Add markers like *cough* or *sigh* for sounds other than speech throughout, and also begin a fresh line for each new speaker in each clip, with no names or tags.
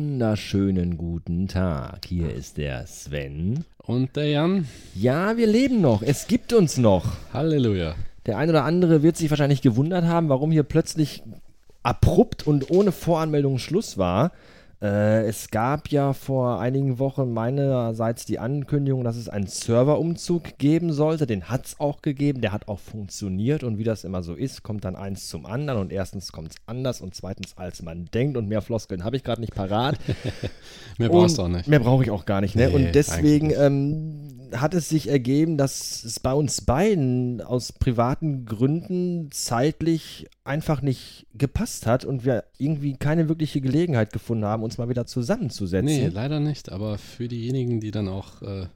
wunderschönen guten Tag. Hier ist der Sven.
Und der Jan?
Ja, wir leben noch. Es gibt uns noch.
Halleluja.
Der ein oder andere wird sich wahrscheinlich gewundert haben, warum hier plötzlich abrupt und ohne Voranmeldung Schluss war. Äh, es gab ja vor einigen Wochen meinerseits die Ankündigung, dass es einen Serverumzug geben sollte. Den hat es auch gegeben, der hat auch funktioniert. Und wie das immer so ist, kommt dann eins zum anderen. Und erstens kommt es anders und zweitens, als man denkt. Und mehr Floskeln habe ich gerade nicht parat.
Mehr
Und
brauchst du auch nicht.
Mehr brauche ich auch gar nicht. Ne?
Nee,
und deswegen
eigentlich
ähm, hat es sich ergeben, dass es bei uns beiden aus privaten Gründen zeitlich einfach nicht gepasst hat und wir irgendwie keine wirkliche Gelegenheit gefunden haben, uns mal wieder zusammenzusetzen.
Nee, leider nicht. Aber für diejenigen, die dann auch äh,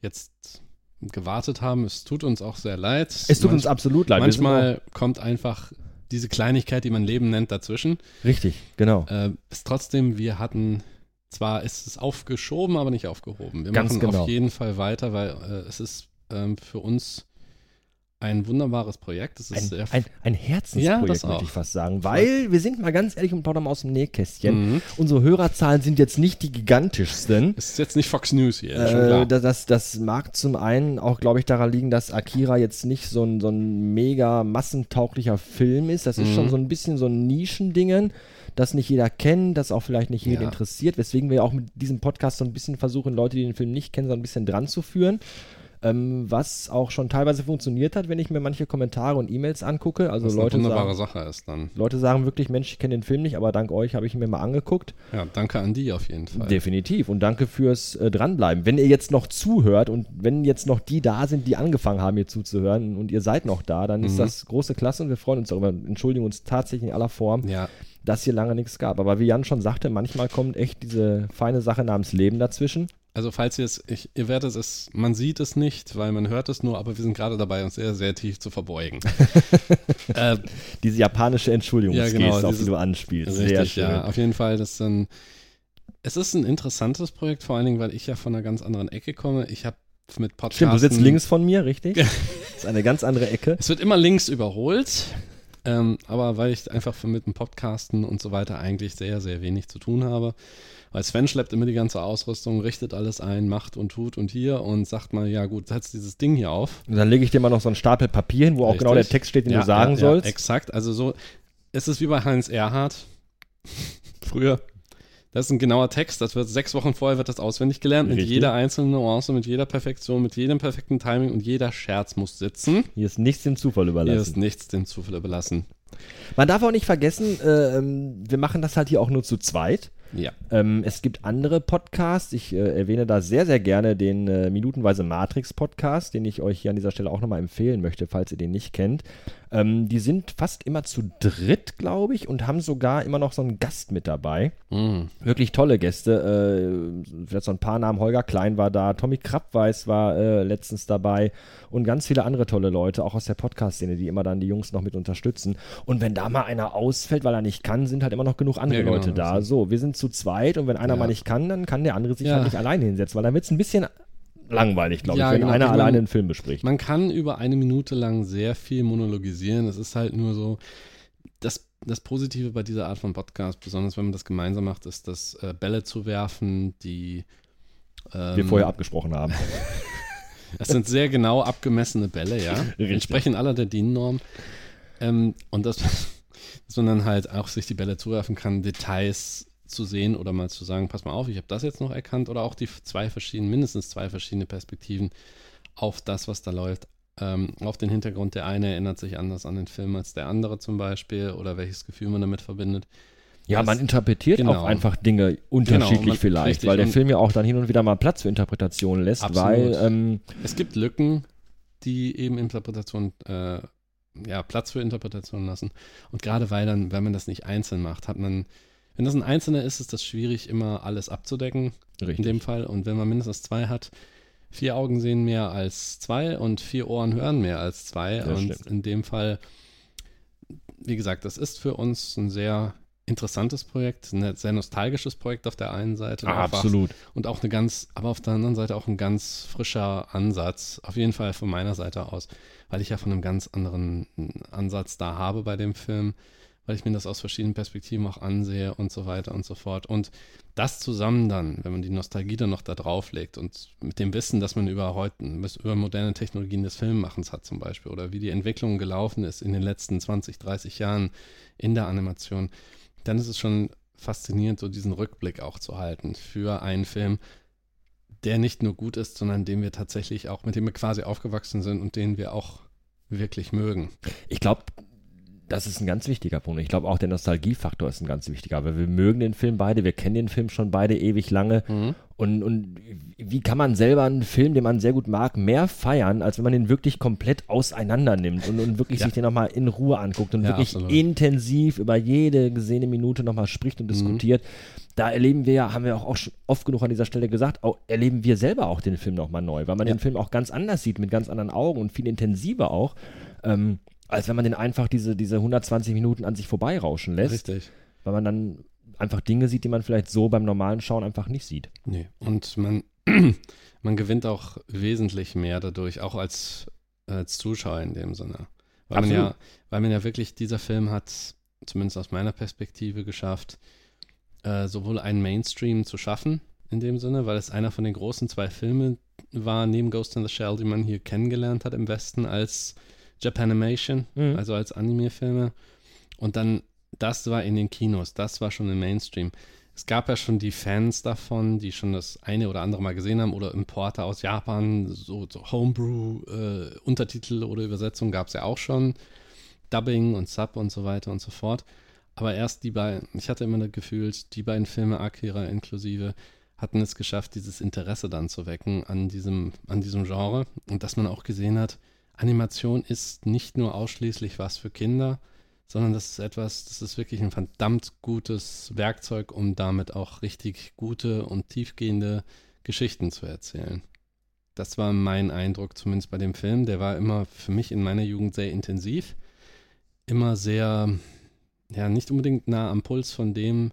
jetzt gewartet haben, es tut uns auch sehr leid.
es tut uns absolut leid. Wir sind
Manchmal kommt einfach diese Kleinigkeit, die man Leben nennt, dazwischen.
auch- richtig, genau.
Äh, ist trotzdem, wir hatten, zwar ist es aufgeschoben, aber nicht aufgehoben. Wir
Ganz
machen
genau.
auf jeden Fall weiter, weil äh, es ist ähm, für uns ein wunderbares Projekt. Es ist
Ein,
sehr
ein, ein
Ja,
Herzensprojekt,
das auch.
würde ich fast sagen. Weil wir sind mal ganz ehrlich und plaudern mal aus dem Nähkästchen.
Mhm.
Unsere Hörerzahlen sind jetzt nicht die gigantischsten.
Es ist jetzt nicht Fox News hier. schon
Äh,
klar.
das, das, das mag zum einen auch, glaube ich, daran liegen, dass Akira jetzt nicht so ein, so ein mega massentauglicher Film ist. Das ist
Mhm.
schon so ein bisschen so ein Nischendingen, das nicht jeder kennt, das auch vielleicht nicht jeden
Ja.
interessiert. Weswegen wir auch mit diesem Podcast so ein bisschen versuchen, Leute, die den Film nicht kennen, so ein bisschen dran zu führen. Ähm, was auch schon teilweise funktioniert hat, wenn ich mir manche Kommentare und E-Mails angucke. Also
was
Leute
eine wunderbare
sagen,
Sache ist dann.
Leute sagen wirklich, Mensch, ich kenne den Film nicht, aber dank euch habe ich ihn mir mal angeguckt.
Ja, danke an die auf jeden Fall.
Definitiv. Und danke fürs äh, Dranbleiben. Wenn ihr jetzt noch zuhört und wenn jetzt noch die da sind, die angefangen haben, hier zuzuhören und ihr seid noch da, dann
Mhm.
ist das große Klasse und wir freuen uns darüber. Entschuldigen uns tatsächlich in aller Form,
ja,
dass hier lange nichts gab. Aber wie Jan schon sagte, manchmal kommt echt diese feine Sache namens Leben dazwischen.
also falls ihr es, ich, ihr werdet es, man sieht es nicht, weil man hört es nur, aber wir sind gerade dabei, uns sehr, sehr tief
*laughs*
zu verbeugen. äh,
Diese japanische Entschuldigungsgeste,
Ja, genau,
auf die
dieses-
du anspielst. Sehr
richtig,
schön.
ja. Auf jeden Fall, das ist ein, es ist ein interessantes Projekt, vor allen Dingen, weil ich ja von einer ganz anderen Ecke komme. Ich habe mit Podcasten.
Stimmt, du sitzt links von mir,
*laughs*
richtig? ist eine ganz andere Ecke.
Es wird immer links überholt, ähm, aber weil ich einfach mit dem Podcasten und so weiter eigentlich sehr, sehr wenig zu tun habe. Weil Sven schleppt immer die ganze Ausrüstung, richtet alles ein, macht und tut und hier und sagt mal, ja gut, setz dieses Ding hier auf.
Und dann lege ich dir mal noch so einen Stapel Papier hin, wo auch
Richtig.
genau der Text steht, den
Ja,
du sagen
ja,
sollst.
Ja, exakt, also so, es ist wie bei Heinz Erhardt *laughs* früher. Das ist ein genauer Text, das wird sechs Wochen vorher wird das auswendig gelernt, mit
Richtig.
jeder einzelnen Nuance, mit jeder Perfektion, mit jedem perfekten Timing und jeder Scherz muss sitzen.
Hier ist nichts dem Zufall überlassen.
Hier ist nichts dem Zufall überlassen.
Man darf auch nicht vergessen, äh, ähm, wir machen das halt hier auch nur zu zweit.
Ja.
Ähm, es gibt andere Podcasts. Ich äh, erwähne da sehr, sehr gerne den äh, Minutenweise Matrix Podcast, den ich euch hier an dieser Stelle auch nochmal empfehlen möchte, falls ihr den nicht kennt. Ähm, die sind fast immer zu dritt, glaube ich, und haben sogar immer noch so einen Gast mit dabei.
Mhm.
Wirklich tolle Gäste. Äh, vielleicht so ein paar Namen. Holger Klein war da, Tommy Krappweiß war äh, letztens dabei und ganz viele andere tolle Leute, auch aus der Podcast-Szene, die immer dann die Jungs noch mit unterstützen. Und wenn da mal einer ausfällt, weil er nicht kann, sind halt immer noch genug andere
Ja, genau,
Leute
das
da. Ah, So, wir sind zu zweit und wenn einer
Ja.
mal nicht kann, dann kann der andere sich
Ja.
halt nicht alleine hinsetzen, weil dann wird es ein bisschen langweilig, glaube
Ja,
ich, wenn
genau.
einer
Ich mein,
alleine einen Film bespricht.
Man kann über eine Minute lang sehr viel monologisieren. Es ist halt nur so, das, das Positive bei dieser Art von Podcast, besonders wenn man das gemeinsam macht, ist, dass äh, Bälle zu werfen, die ähm,
Wir vorher abgesprochen haben.
Das sind sehr genau abgemessene Bälle, ja.
Richtig.
Entsprechen aller der DIN-Norm. Ähm, und dass, *laughs* dass man dann halt auch sich die Bälle zuwerfen kann, Details zu sehen oder mal zu sagen, pass mal auf, ich habe das jetzt noch erkannt oder auch die zwei verschiedenen, mindestens zwei verschiedene Perspektiven auf das, was da läuft. Ähm, auf den Hintergrund, der eine erinnert sich anders an den Film als der andere zum Beispiel oder welches Gefühl man damit verbindet.
Ja,
Das-
man interpretiert
genau.
auch einfach Dinge unterschiedlich
Genau, man-
vielleicht,
richtig,
weil der
und-
Film ja auch dann hin und wieder mal Platz für Interpretationen lässt,
Absolut.
weil ähm,
Es gibt Lücken, die eben Interpretation, äh, ja, Platz für Interpretation lassen. Und gerade weil dann, wenn man das nicht einzeln macht, hat man, wenn das ein Einzelner ist, ist das schwierig, immer alles abzudecken in
richtig.
dem Fall. Und wenn man mindestens zwei hat, vier Augen sehen mehr als zwei und vier Ohren hören mehr als zwei.
Das
und
stimmt.
in dem Fall, wie gesagt, das ist für uns ein sehr interessantes Projekt, ein sehr nostalgisches Projekt auf der einen Seite.
Ah,
Einfach und auch eine ganz, aber auf der anderen Seite auch ein ganz frischer Ansatz, auf jeden Fall hm, von meiner Seite aus, weil ich ja von einem ganz anderen Ansatz da habe bei dem Film, weil ich mir das aus verschiedenen Perspektiven auch ansehe und so weiter und so fort. Und das zusammen dann, wenn man die Nostalgie dann noch da drauflegt und mit dem Wissen, dass man über heute, über moderne Technologien des Filmmachens hat zum Beispiel oder wie die Entwicklung gelaufen ist in den letzten 20, 30 Jahren in der Animation, dann ist es schon faszinierend, so diesen Rückblick auch zu halten für einen Film, der nicht nur gut ist, sondern dem wir tatsächlich auch, mit dem wir quasi aufgewachsen sind und den wir auch wirklich mögen.
Ich glaube, das ist ein ganz wichtiger Punkt. Ich glaube auch der Nostalgiefaktor ist ein ganz wichtiger, weil wir mögen den Film beide, wir kennen den Film schon beide ewig lange.
Mhm.
Und, und wie kann man selber einen Film, den man sehr gut mag, mehr feiern, als wenn man den wirklich komplett auseinander nimmt und, und wirklich
Ja.
sich den nochmal in Ruhe anguckt und
Ja,
wirklich
absolut. Mhm.
intensiv über jede gesehene Minute nochmal spricht und diskutiert. Da erleben wir ja, haben wir auch, auch schon oft genug an dieser Stelle gesagt, auch, erleben wir selber auch den Film nochmal neu, weil man
Ja.
den Film auch ganz anders sieht, mit ganz anderen Augen und viel intensiver auch. Ähm, als wenn man den einfach diese, diese 120 Minuten an sich vorbeirauschen lässt,
Richtig.
weil man dann einfach Dinge sieht, die man vielleicht so beim normalen Schauen einfach nicht sieht.
Nee. Und man, *clears throat* man gewinnt auch wesentlich mehr dadurch, auch als, als Zuschauer in dem Sinne. Weil man,
Absolut.
ja, weil man ja wirklich, dieser Film hat, zumindest aus meiner Perspektive, geschafft, äh, sowohl einen Mainstream zu schaffen, in dem Sinne, weil es einer von den großen zwei Filmen war, neben Ghost in the Shell, die man hier kennengelernt hat im Westen, als Japanimation,
Mhm.
also als Anime-Filme. Und dann, das war in den Kinos, das war schon im Mainstream. Es gab ja schon die Fans davon, die schon das eine oder andere Mal gesehen haben oder Importe aus Japan, so, so Homebrew-Untertitel oder Übersetzungen gab es ja auch schon, Dubbing und Sub und so weiter und so fort. Aber erst die beiden, ich hatte immer das Gefühl, die beiden Filme, Akira inklusive, hatten es geschafft, dieses Interesse dann zu wecken an diesem, an diesem Genre und dass man auch gesehen hat, Animation ist nicht nur ausschließlich was für Kinder, sondern das ist etwas, das ist wirklich ein verdammt gutes Werkzeug, um damit auch richtig gute und tiefgehende Geschichten zu erzählen. Das war mein Eindruck, zumindest bei dem Film. Der war immer für mich in meiner Jugend sehr intensiv, immer sehr, ja, nicht unbedingt nah am Puls von dem,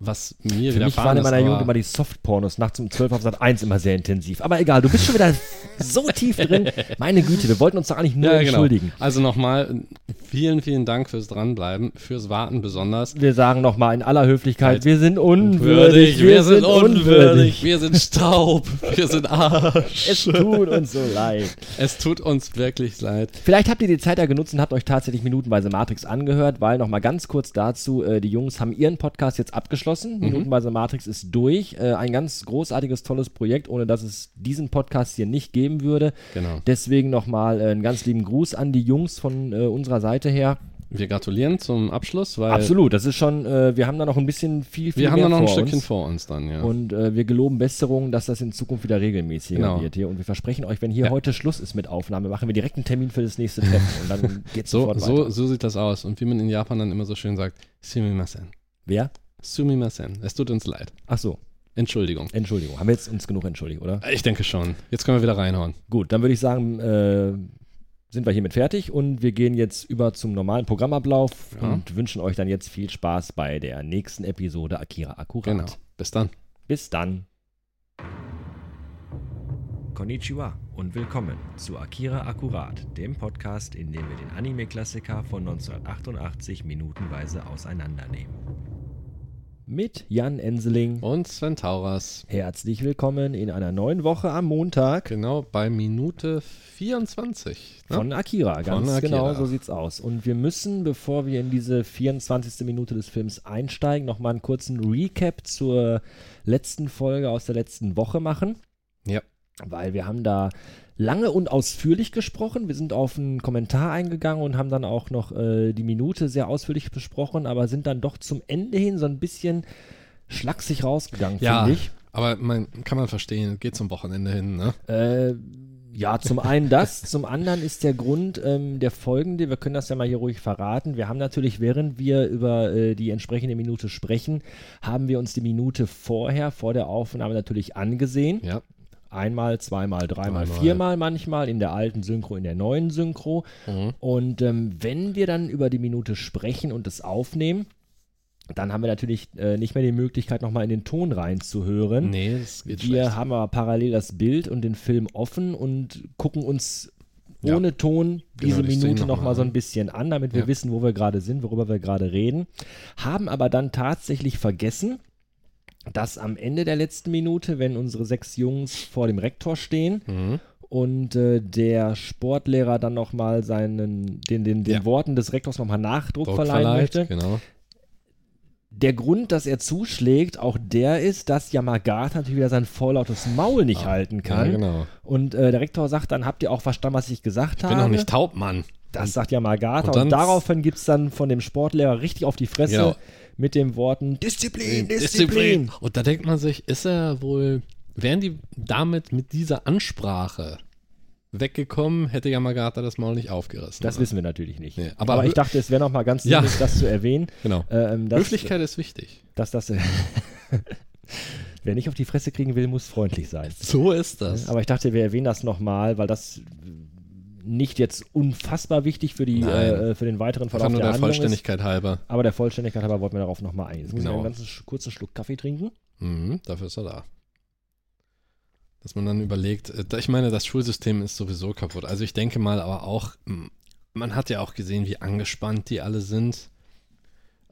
was mir
Für mich
widerfahren
waren in
ist.
meiner Jugend
aber-
immer die Softpornos nachts um 12 auf Sat 1 immer sehr intensiv. Aber egal, du bist schon wieder so tief drin. Meine Güte, wir wollten uns doch eigentlich nur
Ja, genau.
entschuldigen.
Also nochmal, vielen, vielen Dank fürs Dranbleiben, fürs Warten besonders.
Wir sagen nochmal in aller Höflichkeit,
Halt.
wir sind unwürdig.
wir sind Staub, wir sind Arsch.
Es tut uns so leid.
Es tut uns wirklich leid.
Vielleicht habt ihr die Zeit ja genutzt und habt euch tatsächlich minutenweise Matrix angehört, weil nochmal ganz kurz dazu, äh, die Jungs haben ihren Podcast jetzt
Mhm.
abgeschlossen. Minutenweise Matrix ist durch. Äh, ein ganz großartiges, tolles Projekt, ohne dass es diesen Podcast hier nicht geben würde.
Genau.
Deswegen nochmal äh, einen ganz lieben Gruß an die Jungs von äh, unserer Seite her.
Wir gratulieren zum Abschluss, weil
Absolut, das ist schon, äh, wir haben da noch ein bisschen viel, viel
wir haben
mehr
da noch ein
vor
Stückchen
uns.
vor uns dann, ja.
Und äh, wir geloben Besserung, dass das in Zukunft wieder regelmäßiger
Genau.
wird hier. Und wir versprechen euch, wenn hier
Ja.
heute Schluss ist mit Aufnahme, machen wir direkt einen Termin für das nächste Treffen. Und
*laughs*
dann geht's
so,
sofort
so,
weiter.
so sieht das aus. Und wie man in Japan dann immer so schön sagt, sumimasen.
Wer?
Sumimasen. Es tut uns leid.
Ach so,
Entschuldigung.
Entschuldigung. Haben wir jetzt uns genug entschuldigt, oder?
Ich denke schon. Jetzt können wir wieder reinhauen.
Gut, dann würde ich sagen, äh, sind wir hiermit fertig und wir gehen jetzt über zum normalen Programmablauf
Ja.
und wünschen euch dann jetzt viel Spaß bei der nächsten Episode Akira Akkurat.
Genau. Bis dann.
Bis dann. Konnichiwa und willkommen zu Akira Akkurat, dem Podcast, in dem wir den Anime-Klassiker von 1988 minutenweise auseinandernehmen. Mit Jan Enseling.
Und Sven Tauras.
Herzlich willkommen in einer neuen Woche am Montag
Genau, bei Minute 24. ne?
von Akira. Ganz
Akira.
genau, so sieht's aus. Und wir müssen, bevor wir in diese 24. Minute des Films einsteigen, nochmal einen kurzen Recap zur letzten Folge aus der letzten Woche machen.
Ja.
weil wir haben da lange und ausführlich gesprochen. Wir sind auf einen Kommentar eingegangen und haben dann auch noch äh, die Minute sehr ausführlich besprochen, aber sind dann doch zum Ende hin so ein bisschen schlaksig rausgegangen,
Ja,
finde ich.
aber man, kann man verstehen, geht zum Wochenende hin, ne?
Äh, ja, zum einen das, *laughs* zum anderen ist der Grund ähm, der folgende, wir können das ja mal hier ruhig verraten. Wir haben natürlich, während wir über äh, die entsprechende Minute sprechen, haben wir uns die Minute vorher, vor der Aufnahme natürlich angesehen.
Ja.
Einmal, zweimal, dreimal,
Dreimal.
viermal manchmal, in der alten Synchro, in der neuen Synchro.
Mhm.
Und ähm, wenn wir dann über die Minute sprechen und es aufnehmen, dann haben wir natürlich äh, nicht mehr die Möglichkeit, nochmal in den Ton reinzuhören.
Nee, das geht
wir
schlecht.
haben aber parallel das Bild und den Film offen und gucken uns
Ja.
ohne Ton diese
Genau, die Szenen
Minute
noch mal
nochmal so
an.
ein bisschen an, damit wir
Ja.
wissen, wo wir gerade sind, worüber wir gerade reden. Haben aber dann tatsächlich vergessen, dass am Ende der letzten Minute, wenn unsere sechs Jungs vor dem Rektor stehen
Mhm.
und äh, der Sportlehrer dann nochmal seinen, den, den, den
Ja.
Worten des Rektors nochmal Nachdruck
Druck
verleihen
verleiht,
möchte.
Genau.
Der Grund, dass er zuschlägt, auch der ist, dass Yamagata natürlich wieder sein vorlautes Maul nicht halten kann.
Ah, Ja, genau.
Und äh, der Rektor sagt dann, habt ihr auch verstanden, was ich gesagt
Ich
habe?
bin noch nicht taub, Mann.
Das sagt Yamagata.
Und
Und,
dann-
daraufhin gibt es dann von dem Sportlehrer richtig auf die Fresse
Genau.
mit den Worten Disziplin, Disziplin.
Und da denkt man sich, ist er wohl, wären die damit mit dieser Ansprache weggekommen, hätte Yamagata das Maul nicht aufgerissen. ne?
Das wissen wir natürlich nicht.
Nee, aber-
aber, ich dachte, es wäre noch mal ganz
Ja.
sinnig, das zu erwähnen.
Genau.
Ähm, dass,
Höflichkeit ist wichtig.
Dass das. *laughs* Wer nicht auf die Fresse kriegen will, muss freundlich sein.
So ist das.
Aber ich dachte, wir erwähnen das nochmal, weil das nicht jetzt unfassbar wichtig für, die,
Nein.
äh, für den weiteren
Einfach
Verlauf
nur
der,
der
Handlung ist.
Vollständigkeit halber.
Aber der Vollständigkeit halber wollten wir darauf nochmal eingehen. Jetzt muss
Genau.
ich einen ganzen Sch- kurzen Schluck Kaffee trinken.
Mhm, dafür ist er da. Dass man dann überlegt, äh, da- ich meine, das Schulsystem ist sowieso kaputt. Also ich denke mal aber auch, m, man hat ja auch gesehen, wie angespannt die alle sind.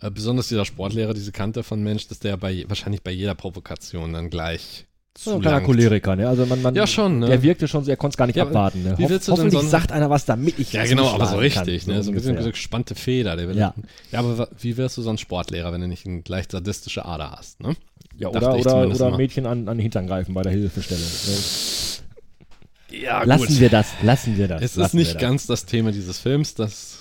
Äh, Besonders dieser Sportlehrer, diese Kante von Mensch, dass der bei, wahrscheinlich bei jeder Provokation dann gleich
So ein
zulangt.
kleiner Choleriker, ne? Also man, man,
Ja, schon, ne?
Der wirkte schon so, er konnte es gar nicht
Ja, aber
abwarten. Ne?
wie willst du denn
hoffentlich
so ein-
sagt einer was, damit ich
Ja,
ihn
genau, aber so
zuschlagen kann,
richtig. ne? So ein bisschen
ungefähr.
so gespannte Feder. Der will
Ja.
ja, aber wa- wie wirst du sonst Sportlehrer, wenn du nicht eine leicht sadistische Ader hast? Ne?
ja,
dachte
oder,
ich
oder,
zumindest
oder
mal.
Mädchen an, an den Hintern greifen bei der Hilfestellung. Ne?
Ja,
Lassen wir das, lassen wir das.
Ah, Es ist
lassen wir
nicht
das.
ganz das Thema dieses Films, das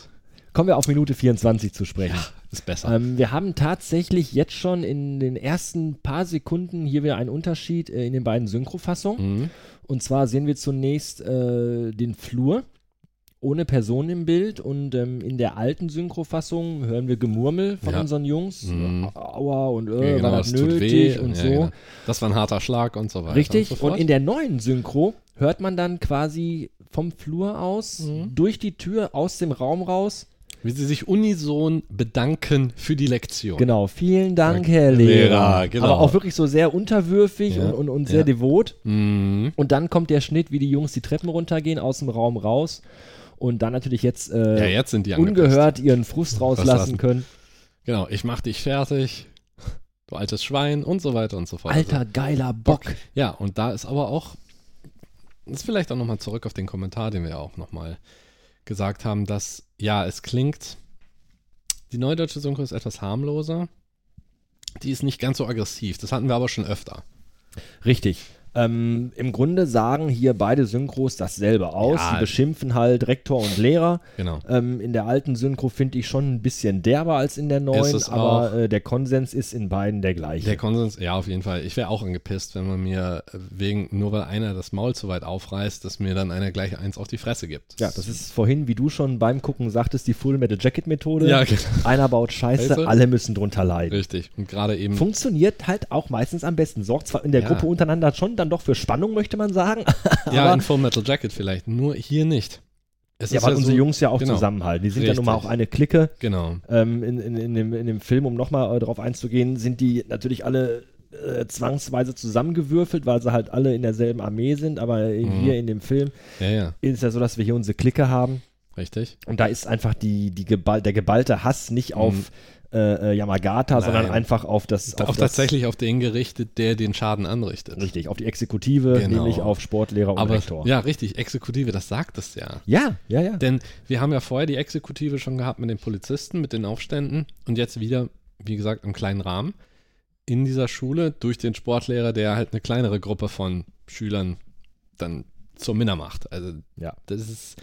Kommen wir auf Minute 24 zu sprechen.
ist besser.
Ähm, wir haben tatsächlich jetzt schon in den ersten paar Sekunden hier wieder einen Unterschied äh, in den beiden Synchrofassungen.
Mhm.
Und zwar sehen wir zunächst äh, den Flur ohne Person im Bild und ähm, in der alten Synchrofassung hören wir Gemurmel von
Ja.
unseren Jungs.
Mhm.
Aua und äh,
Ja, genau,
war das nötig und
ja,
so.
genau. Das war ein harter Schlag und so weiter.
Richtig.
Und,
Und,
so
in der neuen Synchro hört man dann quasi vom Flur aus,
Mhm.
durch die Tür, aus dem Raum raus.
Wie sie sich unison bedanken für die Lektion.
Genau, vielen Dank,
Danke,
Herr Lehrer.
Lehrer, genau.
Aber auch wirklich so sehr unterwürfig
Ja,
und, und, und
ja.
sehr devot.
Mhm.
Und dann kommt der Schnitt, wie die Jungs die Treppen runtergehen, aus dem Raum raus. Und dann natürlich jetzt, äh,
Ja, jetzt sind die angepisst.
ungehört ihren Frust rauslassen
Rauslassen.
können.
Genau, ich mach dich fertig, du altes Schwein und so weiter und so fort.
Alter, geiler Bock.
Ja, und da ist aber auch, das ist vielleicht auch nochmal zurück auf den Kommentar, den wir ja auch nochmal gesagt haben, dass, ja, es klingt, die neudeutsche Synchro ist etwas harmloser, die ist nicht ganz so aggressiv, das hatten wir aber schon öfter.
Richtig. Ähm, Im Grunde sagen hier beide Synchros dasselbe aus.
Ja.
Sie beschimpfen halt Rektor und Lehrer.
Genau.
Ähm, in der alten Synchro finde ich schon ein bisschen derber als in der neuen,
es auch.
aber äh, der Konsens ist in beiden der gleiche.
Der Konsens, ja, auf jeden Fall. Ich wäre auch angepisst, wenn man mir äh, wegen, nur weil einer das Maul zu weit aufreißt, dass mir dann einer gleich eins auf die Fresse gibt.
ja, das ist vorhin, wie du schon beim Gucken sagtest, die Full Metal Jacket Methode.
*laughs* Ja, genau.
Einer baut Scheiße,
Scheiße.
alle müssen drunter leiden.
Richtig. Und gerade eben.
Funktioniert halt auch meistens am besten. Sorgt zwar in der
Ähm. Ja.
Gruppe untereinander schon dann doch für Spannung, möchte man sagen.
ja,
aber-
in Full Metal Jacket vielleicht, nur hier nicht. Es
ja,
ist
weil unsere
so-
Jungs ja auch
genau.
zusammenhalten. Die sind ja nun mal auch
Richtig.
eine Clique.
Genau.
Ähm, in, in, in, dem, in dem Film, um nochmal äh, darauf einzugehen, sind die natürlich alle äh, zwangsweise zusammengewürfelt, weil sie halt alle in derselben Armee sind. Aber
Mhm.
hier in dem Film
Ja, ja,
ist ja so, dass wir hier unsere Clique haben.
richtig.
Und da ist einfach die, die geball, der geballte Hass nicht auf äh, äh, Yamagata,
Mhm. Nein.
sondern einfach auf das.
Auch
das-
tatsächlich auf den gerichtet, der den Schaden anrichtet.
Richtig, auf die Exekutive,
Genau.
nämlich auf Sportlehrer und
Aber
Rektor.
ja, richtig, Exekutive, das sagt es ja.
ja, ja. ja.
Denn wir haben ja vorher die Exekutive schon gehabt mit den Polizisten, mit den Aufständen und jetzt wieder, wie gesagt, im kleinen Rahmen in dieser Schule durch den Sportlehrer, der halt eine kleinere Gruppe von Schülern dann zur Minna macht. Also
Ja.
das ist,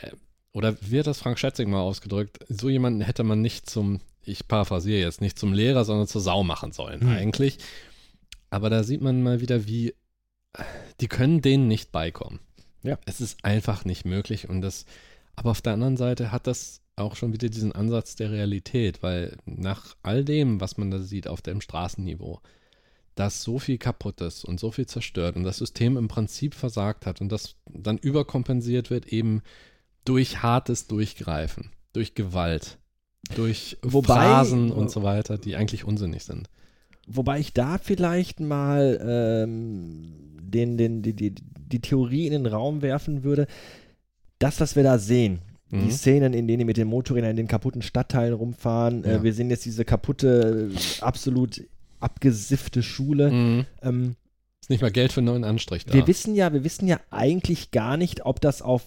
äh, oder wie hat das Frank Schätzing mal ausgedrückt, so jemanden hätte man nicht zum, ich paraphrasiere jetzt, nicht zum Lehrer, sondern zur Sau machen sollen
Hm.
eigentlich. Aber da sieht man mal wieder, wie, äh, die können denen nicht beikommen.
Ja.
Es ist einfach nicht möglich und das, aber auf der anderen Seite hat das auch schon wieder diesen Ansatz der Realität, weil nach all dem, was man da sieht auf dem Straßenniveau, dass so viel kaputt ist und so viel zerstört und das System im Prinzip versagt hat und das dann überkompensiert wird eben durch hartes Durchgreifen, durch Gewalt, durch
Wobei- äh,
Phrasen und so weiter, die eigentlich unsinnig sind.
Wobei ich da vielleicht mal ähm, den, den, die, die, die Theorie in den Raum werfen würde, das, was wir da sehen,
Mhm.
die Szenen, in denen die mit den Motorrädern in den kaputten Stadtteilen rumfahren,
Ja.
äh, wir sehen jetzt diese kaputte, äh, absolut abgesiffte Schule.
Mhm.
Ähm,
Ist nicht mal Geld für einen neuen Anstrich da.
wir wissen ja, wir wissen ja eigentlich gar nicht, ob das auf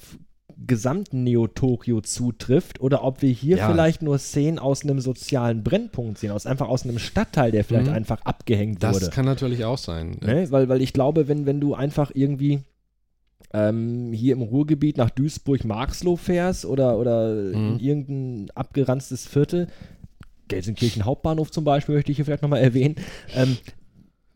gesamten Neo-Tokio zutrifft oder ob wir hier
Ja.
vielleicht nur Szenen aus einem sozialen Brennpunkt sehen, aus einfach aus einem Stadtteil, der vielleicht
Mhm.
einfach abgehängt
das
wurde.
kann natürlich auch sein.
Ne? Weil, weil ich glaube, wenn, wenn du einfach irgendwie ähm, hier im Ruhrgebiet nach Duisburg-Marxloh fährst oder, oder
Mhm.
in irgendein abgeranztes Viertel, Gelsenkirchen Hauptbahnhof zum Beispiel, möchte ich hier vielleicht nochmal erwähnen, ähm,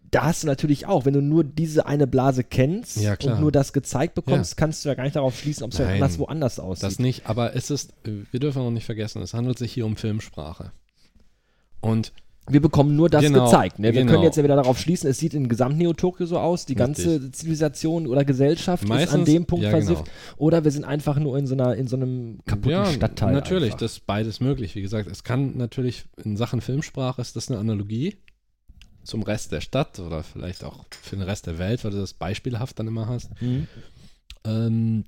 da hast du natürlich auch, wenn du nur diese eine Blase kennst
Ja, klar.
und nur das gezeigt bekommst, kannst du ja gar nicht darauf schließen, ob es
Nein.
anders woanders aussieht.
Das nicht, aber es ist, wir dürfen auch nicht vergessen, es handelt sich hier um Filmsprache. Und
Wir bekommen nur das
Genau,
gezeigt. Ne? Wir
genau.
können jetzt ja wieder darauf schließen, es sieht in Gesamt-Neo-Tokio so aus, die
Richtig.
ganze Zivilisation oder Gesellschaft ist an
Meistens-
dem Punkt
ja,
versifft.
genau.
Oder wir sind einfach nur in so, einer, in so einem kaputten
ja,
Stadtteil.
natürlich,
Einfach.
das ist beides möglich. Wie gesagt, es kann natürlich in Sachen Filmsprache ist das eine Analogie zum Rest der Stadt oder vielleicht auch für den Rest der Welt, weil du das beispielhaft dann immer hast.
Mhm.
Ähm,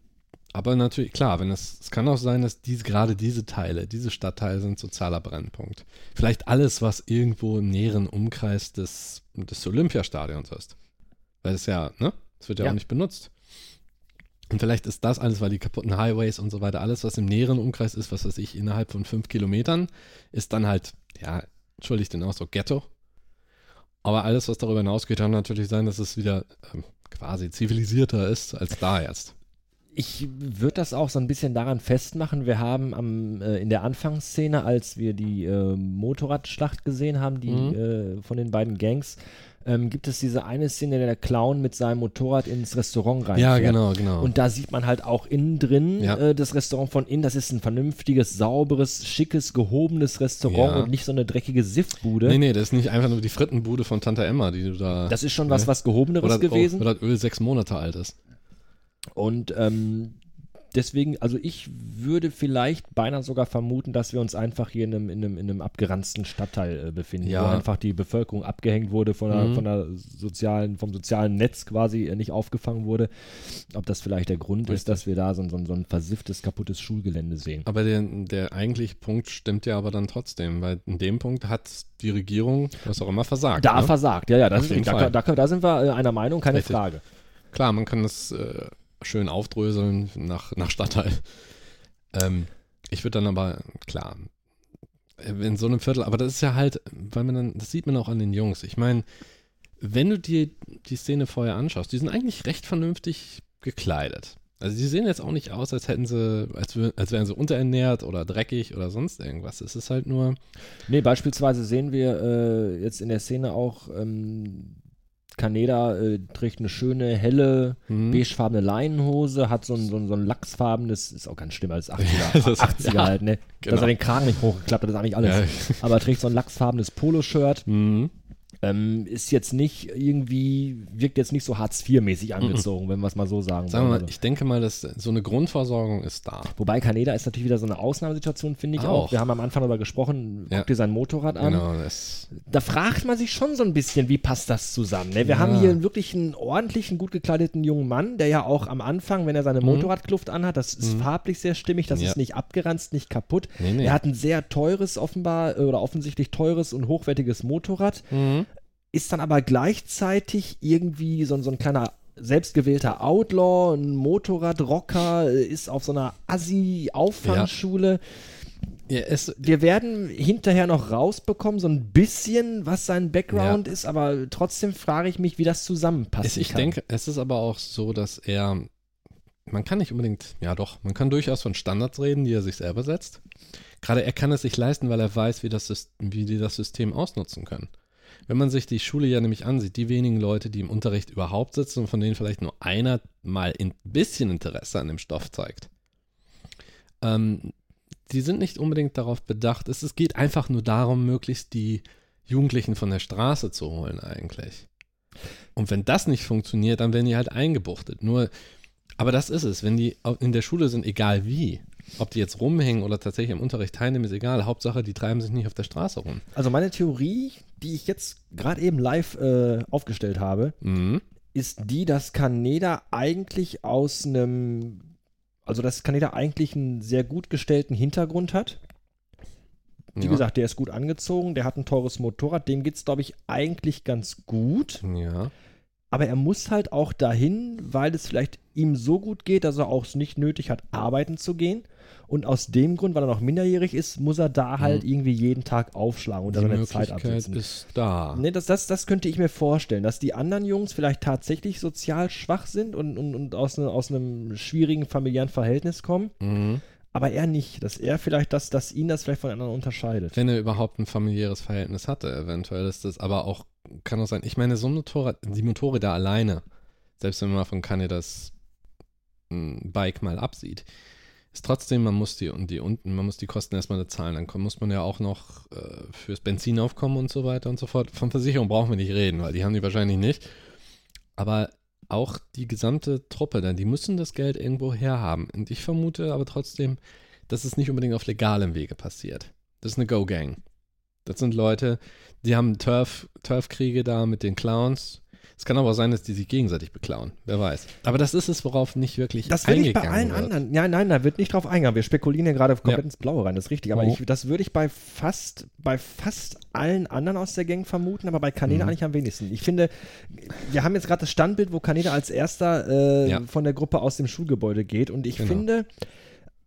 aber natürlich, klar, wenn es, es kann auch sein, dass diese, gerade diese Teile, diese Stadtteile sind sozialer Brennpunkt. Vielleicht alles, was irgendwo im näheren Umkreis des, des Olympiastadions ist. Weil es ja, ne? Es wird ja,
Ja.
auch nicht benutzt. Und vielleicht ist das alles, weil die kaputten Highways und so weiter, alles, was im näheren Umkreis ist, was weiß ich, innerhalb von fünf Kilometern, ist dann halt, ja, entschuldigt den Ausdruck, Ghetto. Aber alles, was darüber hinausgeht, kann natürlich sein, dass es wieder ähm, quasi zivilisierter ist als da jetzt.
Ich würde das auch so ein bisschen daran festmachen. Wir haben am, äh, in der Anfangsszene, als wir die äh, Motorradschlacht gesehen haben, die
Mhm.
äh, von den beiden Gangs, ähm, gibt es diese eine Szene, der der Clown mit seinem Motorrad ins Restaurant reinfährt.
Ja, genau, genau.
Und da sieht man halt auch innen drin
Ja.
äh, das Restaurant von innen. Das ist ein vernünftiges, sauberes, schickes, gehobenes Restaurant
Ja.
und nicht so eine dreckige Siffbude.
nee, nee, das ist nicht einfach nur die Frittenbude von Tante Emma, die du da.
Das ist schon was, was gehobeneres
oder,
gewesen.
Oh, oder das Öl sechs Monate alt ist.
Und ähm, deswegen, also ich würde vielleicht beinahe sogar vermuten, dass wir uns einfach hier in einem, in einem, in einem abgeranzten Stadtteil äh, befinden,
Ja.
wo einfach die Bevölkerung abgehängt wurde von der,
Mhm.
von der sozialen, vom sozialen Netz quasi äh, nicht aufgefangen wurde. Ob das vielleicht der Grund
Richtig.
ist, dass wir da so, ein- so, ein- so ein versifftes, kaputtes Schulgelände sehen.
Aber der, der eigentliche Punkt stimmt ja aber dann trotzdem, weil in dem Punkt hat die Regierung, was auch immer, versagt.
Da
ne?
versagt, ja, ja,
Auf
das,
jeden
da,
Fall.
da, da sind wir äh, einer Meinung, keine
Richtig.
Frage.
Klar, man kann das äh, schön aufdröseln nach, nach Stadtteil. Ähm, ich würde dann aber, klar, in so einem Viertel, aber das ist ja halt, weil man dann, das sieht man auch an den Jungs. Ich meine, wenn du dir die Szene vorher anschaust, die sind eigentlich recht vernünftig gekleidet. Also die sehen jetzt auch nicht aus, als hätten sie, als, wär- als wären sie unterernährt oder dreckig oder sonst irgendwas. Es ist halt nur,
Nee, beispielsweise sehen wir äh, jetzt in der Szene auch, ähm, Kaneda äh, trägt eine schöne, helle,
hm,
beigefarbene Leinenhose, hat so ein, so ein, so ein lachsfarbenes, ist auch ganz schlimm
*laughs*
als 80er,
Ja, das-
80er
ja,
halt, ne? Dass
genau.
er den Kragen nicht hochgeklappt hat, das ist eigentlich alles.
ja,
Aber trägt so ein lachsfarbenes Poloshirt,
hm,
ähm, ist jetzt nicht irgendwie, wirkt jetzt nicht so Hartz-IV-mäßig angezogen, wenn wir es mal so sagen
Mhm. sagen
wollen.
wir mal,
Also.
ich denke mal, dass so eine Grundversorgung ist da.
Wobei Kaneda ist natürlich wieder so eine Ausnahmesituation, finde ich auch.
Auch.
Wir haben am Anfang darüber gesprochen,
Ja.
guck dir sein Motorrad an.
Genau, das
Da fragt man sich schon so ein bisschen, wie passt das zusammen? Ne? Wir
Ja.
haben hier wirklich einen ordentlichen, gut gekleideten jungen Mann, der ja auch am Anfang, wenn er seine Motorradkluft anhat, das ist farblich sehr stimmig, das
Mhm. Ja.
ist nicht abgeranzt, nicht kaputt.
Nee, nee.
Er hat ein sehr teures, offenbar äh, oder offensichtlich teures und hochwertiges Motorrad, ist dann aber gleichzeitig irgendwie so, ein- so ein kleiner selbstgewählter Outlaw, ein Motorradrocker, äh, ist auf so einer Assi-Auffangschule.
Ja, es,
Wir werden hinterher noch rausbekommen, so ein bisschen, was sein Background ist, aber trotzdem frage ich mich, wie das zusammenpasst.
es, ich denke, es ist aber auch so, dass er, man kann nicht unbedingt, ja doch, man kann durchaus von Standards reden, die er sich selber setzt. Gerade er kann es sich leisten, weil er weiß, wie, das, Sys- wie die das System ausnutzen können. Wenn man sich die Schule ja nämlich ansieht, die wenigen Leute, die im Unterricht überhaupt sitzen und von denen vielleicht nur einer mal ein bisschen Interesse an dem Stoff zeigt, ähm, die sind nicht unbedingt darauf bedacht. Es, es geht einfach nur darum, möglichst die Jugendlichen von der Straße zu holen eigentlich. Und wenn das nicht funktioniert, dann werden die halt eingebuchtet. Nur, aber das ist es, wenn die au- in der Schule sind, egal wie, ob die jetzt rumhängen oder tatsächlich am Unterricht teilnehmen, ist egal. Hauptsache, die treiben sich nicht auf der Straße rum.
also meine Theorie, die ich jetzt gerade eben live äh, aufgestellt habe,
Mhm.
ist die, dass Kaneda eigentlich aus einem also dass Kaneda eigentlich einen sehr gut gestellten Hintergrund hat. Wie
ja.
gesagt, der ist gut angezogen, der hat ein teures Motorrad, dem geht es, glaube ich, eigentlich ganz gut.
Ja.
Aber er muss halt auch dahin, weil es vielleicht ihm so gut geht, dass er auch es nicht nötig hat, arbeiten zu gehen. Und aus dem Grund, weil er noch minderjährig ist, muss er da halt irgendwie jeden Tag aufschlagen und
Die
da seine Zeit
Möglichkeit
absitzen.
ist da.
Ne, das, das, das könnte ich mir vorstellen, dass die anderen Jungs vielleicht tatsächlich sozial schwach sind und, und, und aus, ne, aus einem schwierigen familiären Verhältnis kommen,
Mhm.
aber er nicht. Dass er vielleicht, das, dass ihn das vielleicht von anderen unterscheidet.
Wenn er überhaupt ein familiäres Verhältnis hatte, eventuell ist das aber auch, kann auch sein. Ich meine, so ein Motorrad, die Motorräder alleine, selbst wenn man von Kanadas m, Bike mal absieht, ist trotzdem, man muss die und die unten, man muss die Kosten erstmal zahlen. Dann kommt- muss man ja auch noch äh, fürs Benzin aufkommen und so weiter und so fort. Von Versicherung brauchen wir nicht reden, weil die haben die wahrscheinlich nicht. Aber auch die gesamte Truppe, dann, die müssen das Geld irgendwo herhaben. Und ich vermute aber trotzdem, dass es nicht unbedingt auf legalem Wege passiert. Das ist eine Go-Gang. Das sind Leute, die haben Turf, Turfkriege da mit den Clowns. Es kann aber auch sein, dass die sich gegenseitig beklauen. Wer weiß. Aber das ist es, worauf nicht wirklich
Das will ich bei
eingegangen
allen
wird.
anderen. Nein, nein, da wird nicht drauf eingegangen. Wir spekulieren ja gerade komplett ins Blaue rein, das ist richtig. Aber
Oh.
ich, das würde ich bei fast, bei fast allen anderen aus der Gang vermuten, aber bei Kaneda
Mhm.
eigentlich am wenigsten. Ich finde, wir haben jetzt gerade das Standbild, wo Kaneda als erster äh,
Ja.
von der Gruppe aus dem Schulgebäude geht. Und ich
Genau.
finde,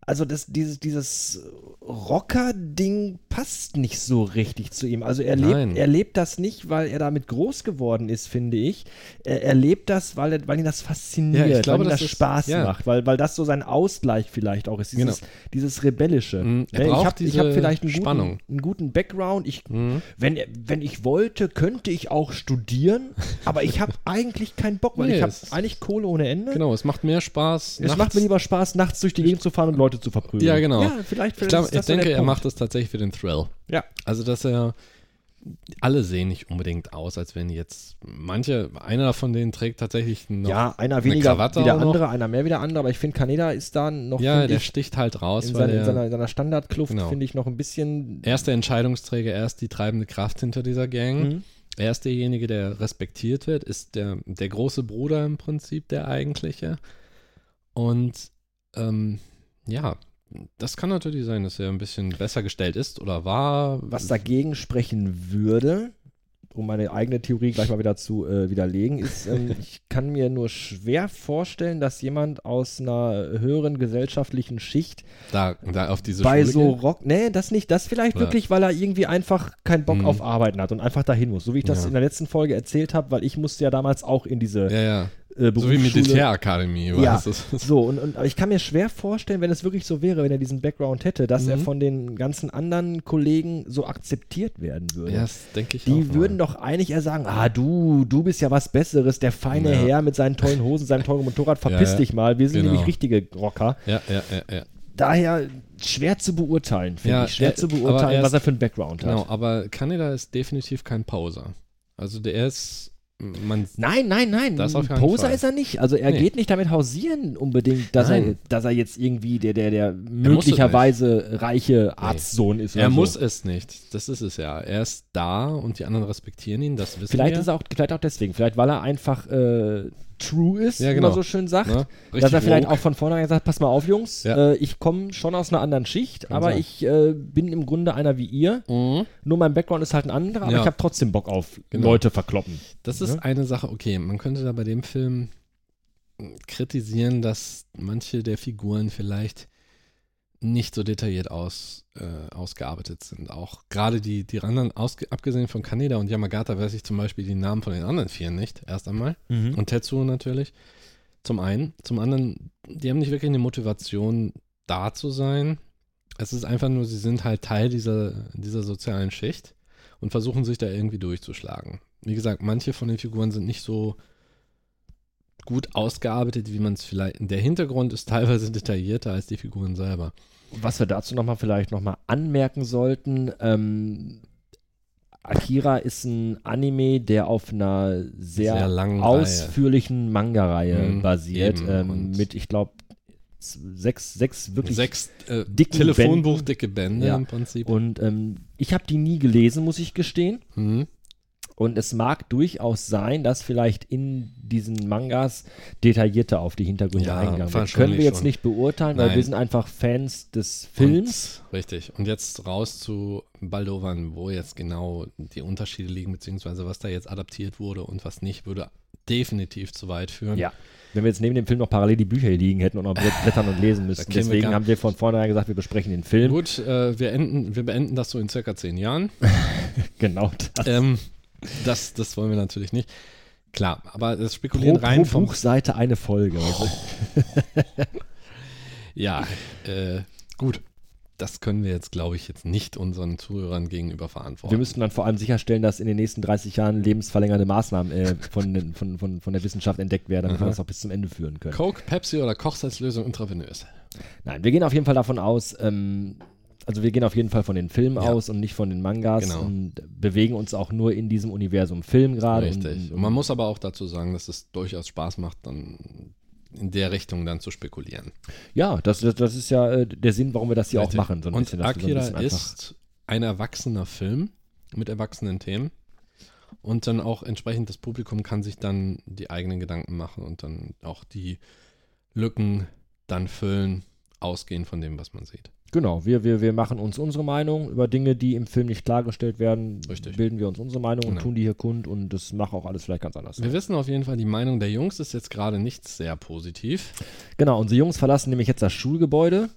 also das, dieses, dieses Rocker-Ding passt nicht so richtig zu ihm. Also er
Nein.
lebt, er lebt das nicht, weil er damit groß geworden ist, finde ich. Er, er lebt das, weil, er, weil ihn das fasziniert,
glaube,
weil ihm
das
das
ist-
Spaß
ja. Genau.
macht, weil, weil das so sein Ausgleich vielleicht auch ist, dieses, dieses Rebellische.
Mhm, er
Ne,
braucht
ich habe
diese
hab vielleicht einen
Spannung.
guten, einen guten Background. Ich,
Mhm.
wenn, wenn ich wollte, könnte ich auch studieren, aber ich
*laughs*
habe eigentlich keinen Bock, weil
Nee,
ich habe
es-
eigentlich Kohle ohne Ende.
Genau, es macht mehr Spaß.
Es macht mir lieber Spaß, nachts durch die Gegend zu fahren und Leute zu verprügeln.
Ja, genau.
Ja, vielleicht, vielleicht
ich, glaub,
ist
ich
das so der
denke, er
Punkt.
macht das tatsächlich für den Thrill.
Ja.
Also, dass er. Alle sehen nicht unbedingt aus, als wenn jetzt manche, einer von denen trägt tatsächlich noch.
Ja, einer
eine
weniger
Krawatte
wie der
auch noch.
andere, einer mehr wie der andere, aber ich finde, Kaneda ist da noch
Ja,
find
der
ich,
sticht halt raus,
in,
weil
seiner- in
er-
seiner, seiner Standardkluft,
Genau.
finde ich, noch ein bisschen.
er ist der Entscheidungsträger, er ist die treibende Kraft hinter dieser Gang.
Mhm.
Er ist derjenige, der respektiert wird, ist der, der große Bruder im Prinzip, der eigentliche. Und ähm, ja, das kann natürlich sein, dass er ein bisschen besser gestellt ist oder war.
Was dagegen sprechen würde, um meine eigene Theorie gleich mal wieder zu äh, widerlegen, ist,
*laughs*
ähm, ich kann mir nur schwer vorstellen, dass jemand aus einer höheren gesellschaftlichen Schicht
da, da auf diese
bei
Schule
so
geht.
Rock, nee, das nicht, das vielleicht
Ja.
wirklich, weil er irgendwie einfach keinen Bock
Mhm.
auf Arbeiten hat und einfach dahin muss, so wie ich das
Ja.
in der letzten Folge erzählt habe, weil ich musste ja damals auch in diese
Ja, ja.
äh,
So wie
Berufsschule.
Militärakademie.
Ja.
weißt du?
So, und, und aber ich kann mir schwer vorstellen, wenn es wirklich so wäre, wenn er diesen Background hätte, dass er
Mhm.
von den ganzen anderen Kollegen so akzeptiert werden würde.
ja das denke ich auch.
Die
mal.
würden doch eigentlich eher sagen, ah du, du bist ja was Besseres, der feine
Ja.
Herr mit seinen tollen Hosen, seinem teuren
*laughs*
Motorrad, verpiss
ja.
dich mal, wir sind
Genau.
nämlich richtige Rocker.
Ja, ja, ja, ja.
Daher schwer zu beurteilen, finde
Ja,
ich, schwer
er-
zu
aber
beurteilen,
er
was
ist-
er für einen Background hat.
Genau, aber Kaneda ist definitiv kein Poser. Also der ist, man
Nein, nein, nein.
Das auf
ein
keinen
Poser
Fall.
ist er nicht. Also er
Nee.
geht nicht damit hausieren unbedingt, dass er,
Nein.
dass er jetzt irgendwie der, der, der
muss es
möglicherweise reiche Arztsohn ist.
Er
oder
muss
So.
es nicht. Das ist es ja. Er ist da und die anderen respektieren ihn. Das wissen
Vielleicht
wir.
ist er auch, vielleicht auch deswegen. Vielleicht weil er einfach äh, true ist,
Ja,
wie
genau.
man so schön sagt.
Ne?
Dass er vielleicht
woke.
auch von vornherein sagt, pass mal auf, Jungs,
Ja.
äh, ich komme schon aus einer anderen Schicht, aber
sein.
ich äh, bin im Grunde einer wie ihr.
Mhm.
Nur mein Background ist halt ein anderer, aber
Ja.
ich habe trotzdem Bock auf
Genau.
Leute verkloppen.
Das ist
Ne?
eine Sache. Okay, man könnte da bei dem Film mh, kritisieren, dass manche der Figuren vielleicht nicht so detailliert aus, äh, ausgearbeitet sind. Auch gerade die, die anderen, ausge, abgesehen von Kaneda und Yamagata, weiß ich zum Beispiel die Namen von den anderen vier nicht, erst einmal.
Mhm.
Und Tetsuo natürlich. Zum einen. Zum anderen, die haben nicht wirklich eine Motivation, da zu sein. Es ist einfach nur, sie sind halt Teil dieser, dieser sozialen Schicht und versuchen sich da irgendwie durchzuschlagen. Wie gesagt, manche von den Figuren sind nicht so gut ausgearbeitet, wie man es vielleicht. Der Hintergrund ist teilweise detaillierter als die Figuren selber.
Was wir dazu nochmal vielleicht nochmal anmerken sollten, ähm, Akira ist ein Anime, der auf einer sehr,
lang.
ausführlichen Manga-Reihe
Mhm,
basiert,
eben,
ähm,
und-
mit, ich glaube, sechs, sechs wirklich
Sechs äh,
dicken
Telefonbuch,
Bänden.
dicke Bände
Ja.
im Prinzip.
Und ähm, ich habe die nie gelesen, muss ich gestehen.
Mhm.
Und es mag durchaus sein, dass vielleicht in diesen Mangas detaillierter auf die Hintergründe
Ja,
eingegangen wird.
wahrscheinlich
Können wir jetzt
schon.
nicht beurteilen, weil
Nein.
wir sind einfach Fans des Films.
Und, richtig. Und jetzt raus zu Baldovan, wo jetzt genau die Unterschiede liegen, beziehungsweise was da jetzt adaptiert wurde und was nicht, würde definitiv zu weit führen.
ja. Wenn wir jetzt neben dem Film noch parallel die Bücher hier liegen hätten und noch blätt- blättern und lesen müssten.
kämen wir
Deswegen
gar-
haben wir von vornherein gesagt, wir besprechen den Film.
Gut, äh, wir, enden, wir beenden das so in circa zehn Jahren.
Genau das.
ähm, das, das wollen wir natürlich nicht. Klar, aber das Spekulieren rein vom. Oh.
Buchseite eine Folge.
Ja, äh, gut. Das können wir jetzt, glaube ich, jetzt nicht unseren Zuhörern gegenüber verantworten.
Wir müssten dann vor allem sicherstellen, dass in den nächsten 30 Jahren lebensverlängernde Maßnahmen äh, von, den- von, von, von der Wissenschaft entdeckt werden, damit wir das auch bis zum Ende führen können.
Coke, Pepsi oder Kochsalzlösung intravenös.
Nein, wir gehen auf jeden Fall davon aus, ähm, also wir gehen auf jeden Fall von den Filmen
Ja.
aus und nicht von den Mangas
Genau.
und bewegen uns auch nur in diesem Universum Film gerade. und-
Richtig.
Und,
Und man muss aber auch dazu sagen, dass es durchaus Spaß macht, dann in der Richtung dann zu spekulieren.
ja, das, das, das ist ja äh, der Sinn, warum wir das hier
Richtig.
auch machen. So ein
Und
bisschen, dass wir so ein
Akira
bisschen einfach-
ist ein erwachsener Film mit erwachsenen Themen. Und dann auch entsprechend das Publikum kann sich dann die eigenen Gedanken machen und dann auch die Lücken dann füllen, ausgehend von dem, was man sieht.
Genau, wir, wir, wir machen uns unsere Meinung über Dinge, die im Film nicht klargestellt werden.
Richtig.
Bilden wir uns unsere Meinung und
Genau.
tun die hier kund und das macht auch alles vielleicht ganz anders.
Wir wissen auf jeden Fall, die Meinung der Jungs ist jetzt gerade nicht sehr positiv.
Genau, unsere Jungs verlassen nämlich jetzt das Schulgebäude.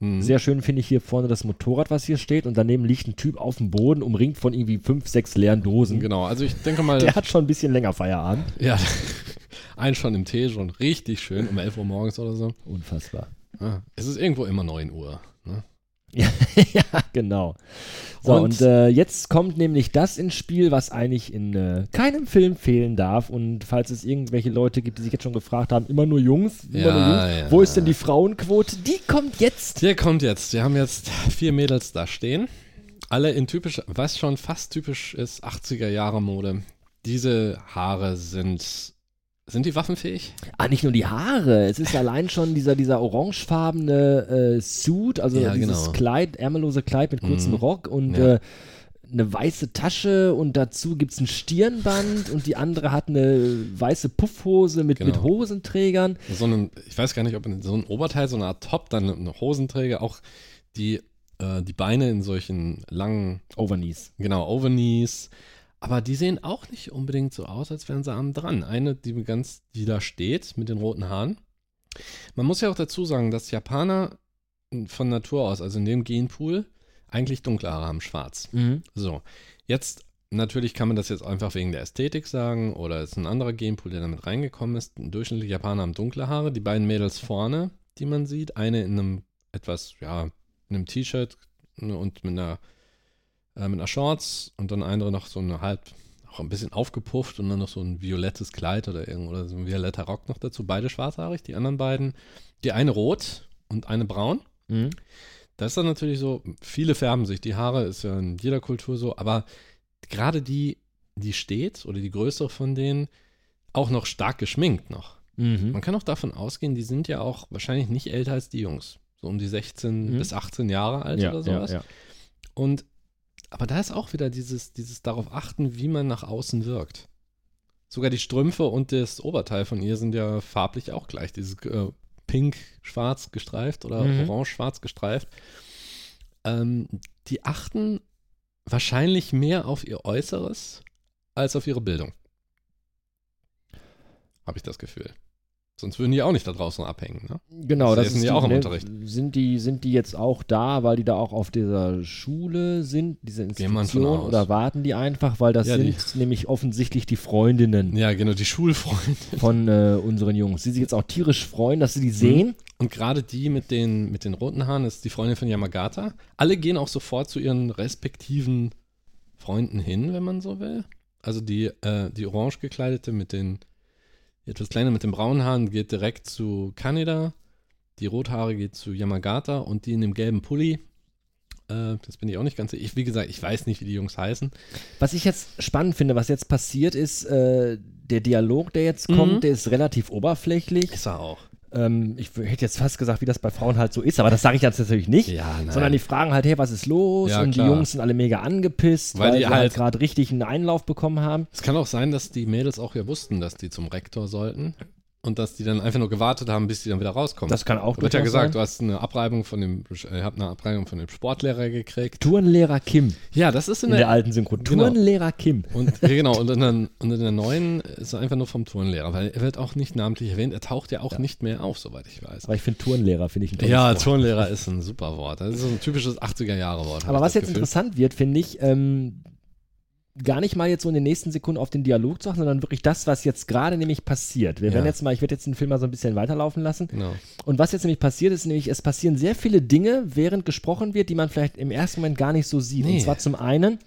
Hm.
Sehr schön finde ich hier vorne das Motorrad, was hier steht und daneben liegt ein Typ auf dem Boden, umringt von irgendwie fünf, sechs leeren Dosen.
Genau, also ich denke mal,
*laughs* Der hat schon ein bisschen länger Feierabend.
ja, *laughs* ein schon im Tee, schon richtig schön, um 11 Uhr morgens oder so.
Unfassbar.
Ja, es ist irgendwo immer 9 Uhr. Ne?
ja, genau. So,
Und-
und, äh, jetzt kommt nämlich das ins Spiel, was eigentlich in äh, keinem Film fehlen darf. Und falls es irgendwelche Leute gibt, die sich jetzt schon gefragt haben, immer nur Jungs, immer
Ja,
nur Jungs,
ja.
wo ist denn die Frauenquote? Die kommt jetzt.
Der kommt jetzt, wir haben jetzt vier Mädels da stehen, alle in typisch, was schon fast typisch ist, 80er Jahre Mode. Diese Haare sind, sind die waffenfähig?
Ah, nicht nur die Haare. Es ist allein schon dieser, dieser orangefarbene äh, Suit, also
Ja,
dieses
genau.
Kleid, ärmellose Kleid mit kurzem
Mhm.
Rock und
Ja.
äh, eine weiße Tasche und dazu gibt es ein Stirnband und die andere hat eine weiße Puffhose mit, mit
Genau.
Hosenträgern.
So einen, ich weiß gar nicht, ob in so ein Oberteil, so eine Art Top, dann eine Hosenträger, auch die, äh, die Beine in solchen langen,
Overknees.
genau, Overknees. Aber die sehen auch nicht unbedingt so aus, als wären sie arm dran. Eine, die ganz, die da steht, mit den roten Haaren. Man muss ja auch dazu sagen, dass Japaner von Natur aus, also in dem Genpool, eigentlich dunkle Haare haben, schwarz. So, jetzt natürlich kann man das jetzt einfach wegen der Ästhetik sagen oder ist ein anderer Genpool, der damit reingekommen ist. Ein durchschnittlicher Japaner haben dunkle Haare, die beiden Mädels vorne, die man sieht, eine in einem etwas, ja, in einem T-Shirt ne, und mit einer, äh, mit einer Shorts und dann andere noch so eine halb, auch ein bisschen aufgepufft und dann noch so ein violettes Kleid oder irgendwo oder so ein violetter Rock noch dazu. Beide schwarzhaarig, die anderen beiden, die eine rot und eine braun.
Mhm.
Das ist dann natürlich so, viele färben sich die Haare, ist ja in jeder Kultur so, aber gerade die, die steht oder die größere von denen, auch noch stark geschminkt noch.
Mhm.
Man kann auch davon ausgehen, die sind ja auch wahrscheinlich nicht älter als die Jungs. So um die 16
Mhm.
bis 18 Jahre alt
Ja,
oder
ja,
sowas.
ja.
Und aber da ist auch wieder dieses, dieses darauf achten, wie man nach außen wirkt. Sogar die Strümpfe und das Oberteil von ihr sind ja farblich auch gleich. Dieses äh, pink-schwarz gestreift oder
Mhm.
orange-schwarz gestreift. Ähm, die achten wahrscheinlich mehr auf ihr Äußeres als auf ihre Bildung. Habe ich das Gefühl. Sonst würden die auch nicht da draußen abhängen. Ne?
Genau, das
Essen
ist
die
die,
auch im
ne,
Unterricht.
Sind die, sind die jetzt auch da, weil die da auch auf dieser Schule sind, diese
Gehen wir von
Institution,
aus.
oder warten die einfach, weil das
Ja, die-
sind nämlich offensichtlich die Freundinnen
Ja, genau, die Schulfreunde.
von äh, unseren Jungs, die sich jetzt auch tierisch freuen, dass sie
Mhm.
die sehen.
Und gerade die mit den, mit den roten Haaren ist die Freundin von Yamagata. Alle gehen auch sofort zu ihren respektiven Freunden hin, wenn man so will. Also die, äh, die orange gekleidete mit den, die etwas kleiner mit den braunen Haaren geht direkt zu Kaneda. Die rothaare geht zu Yamagata und die in dem gelben Pulli. Äh, das bin ich auch nicht ganz sicher. Ich, wie gesagt, ich weiß nicht, wie die Jungs heißen.
Was ich jetzt spannend finde, was jetzt
Mhm.
passiert ist, äh, der Dialog, der jetzt kommt, der ist relativ oberflächlich.
Ist er auch.
Ähm, ich w- hätte jetzt fast gesagt, wie das bei Frauen halt so ist, aber das sage ich jetzt natürlich nicht.
Ja, nein.
Sondern die fragen halt, hey, was ist los?
Ja,
und
klar.
die Jungs sind alle mega angepisst,
Weil
weil,
die
sie halt
halt-
gerade richtig einen Einlauf bekommen haben.
Es kann auch sein, dass die Mädels auch ja wussten, dass die zum Rektor sollten und dass die dann einfach nur gewartet haben, bis die dann wieder rauskommen.
Das kann auch
Da wird ja
durchaus
gesagt,
sein.
du hast eine Abreibung von dem, äh, habt eine Abreibung von dem Sportlehrer gekriegt.
Turnlehrer Kim
Ja, das ist in,
in der alten Synchro.
Genau.
Turnlehrer Kim.
Und ja, genau, und in, der, und in der neuen ist er einfach nur vom Turnlehrer, weil er wird auch nicht namentlich erwähnt, er taucht ja auch nicht mehr auf, soweit ich weiß.
Aber ich finde Turnlehrer, finde ich ein tolles
Ja,
Wort.
Turnlehrer ist ein super Wort. Das ist so ein typisches 80er-Jahre-Wort. hab
Aber
ich
was
das
jetzt
Gefühl.
interessant wird, finde ich, ähm, gar nicht mal jetzt so in den nächsten Sekunden auf den Dialog zu achten, sondern wirklich das, was jetzt gerade nämlich passiert. Wir
Ja.
werden jetzt mal, ich werde jetzt den Film mal so ein bisschen weiterlaufen lassen.
Genau.
Und was jetzt nämlich passiert, ist nämlich, es passieren sehr viele Dinge, während gesprochen wird, die man vielleicht im ersten Moment gar nicht so sieht.
Nee.
Und zwar zum einen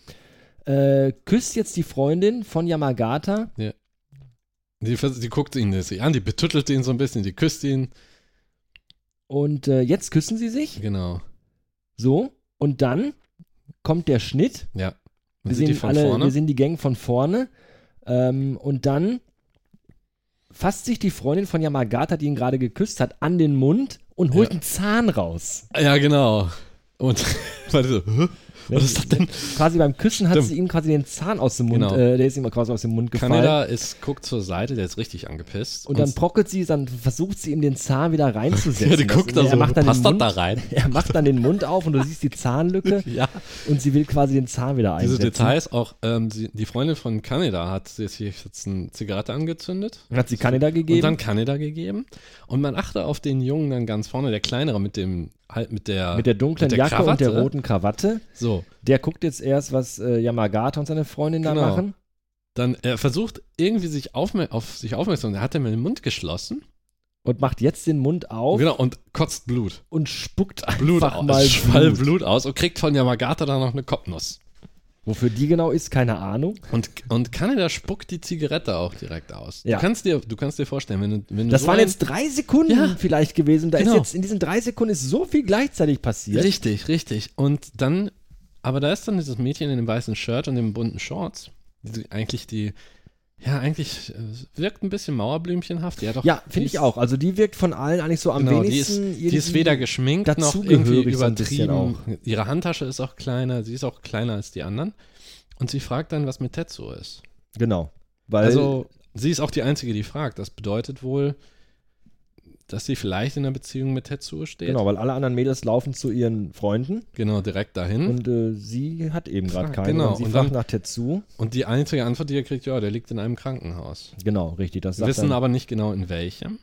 äh, küsst jetzt die Freundin von Yamagata.
Die, vers- die guckt ihn jetzt an, die betüttelt ihn so ein bisschen, die küsst ihn.
Und äh, jetzt küssen sie sich.
Genau.
So. Und dann kommt der Schnitt.
Ja. Man
Wir
sieht die
sehen,
von
alle,
vorne.
wir sehen die Gang von vorne. Ähm, und dann fasst sich die Freundin von Yamagata, die ihn gerade geküsst hat, an den Mund und holt
Ja.
einen Zahn raus.
ja, genau. Und *laughs* weil so, "Hä? was ist das denn?
Quasi beim Küssen hat
Stimmt.
sie ihm quasi den Zahn aus dem Mund,
Genau.
äh, der ist ihm quasi aus dem Mund gefallen.
Kaneda ist, guckt zur Seite, der ist richtig angepisst.
Und dann brockelt sie, dann versucht sie ihm den Zahn wieder reinzusetzen.
*laughs*
Also
ja, die guckt da
er
so,
macht dann
passt
den
das
Mund,
da rein?
Er macht dann den Mund auf und du siehst die Zahnlücke
*laughs* Ja.
und sie will quasi den Zahn wieder
Diese
einsetzen.
Details auch, ähm, sie, die Freundin von Kaneda hat sich jetzt eine Zigarette angezündet
Und hat sie Kaneda gegeben.
und dann Kaneda gegeben. Und man achte auf den Jungen dann ganz vorne, der kleinere mit dem, halt mit der,
mit der dunklen
mit der
Jacke und der
Krawatte.
roten Krawatte.
so.
Der guckt jetzt erst, was äh, Yamagata und seine Freundin da
Genau.
machen.
Dann er versucht irgendwie sich aufmer auf sich aufmerksam, er hat dann mit dem Mund geschlossen.
Und macht jetzt den Mund auf
Genau, und kotzt Blut.
und spuckt einfach
Blut
mal
aus, *laughs* Schwall
Blut.
Blut aus und kriegt von Yamagata dann noch eine Kopfnuss.
Wofür die genau ist, keine Ahnung.
Und, und Kaneda spuckt die Zigarette auch direkt aus.
Ja.
Du, kannst dir, du kannst dir vorstellen, wenn du, wenn du
Das
so
waren
ein-
jetzt drei Sekunden
Ja.
vielleicht gewesen. Da
Genau.
ist jetzt in diesen drei Sekunden ist so viel gleichzeitig passiert.
Richtig, richtig. Und dann, aber da ist dann dieses Mädchen in dem weißen Shirt und den bunten Shorts, die eigentlich die, ja, eigentlich äh, wirkt ein bisschen Mauerblümchenhaft. Ja, doch.
Ja,
die
finde ich
ist-
auch. Also die wirkt von allen eigentlich so am
Genau, die ist,
wenigsten.
die ist weder geschminkt noch irgendwie
dazugehörig so ein bisschen
übertrieben. Ihre Handtasche ist auch kleiner, sie ist auch kleiner als die anderen. Und sie fragt dann, was mit Tetsuo ist.
Genau. Weil
Also, sie ist auch die Einzige, die fragt. Das bedeutet wohl, dass sie vielleicht in einer Beziehung mit Tetsuo steht.
genau, weil alle anderen Mädels laufen zu ihren Freunden
Genau, direkt dahin.
und äh, sie hat eben gerade
Fragt,
keine.
genau.
Und sie
Und
fragt
dann-
nach Tetsu.
Und die einzige Antwort, die er kriegt, ja, der liegt in einem Krankenhaus.
Genau, richtig. Das
Wir
sagt
wissen
dann,
aber nicht genau in welchem.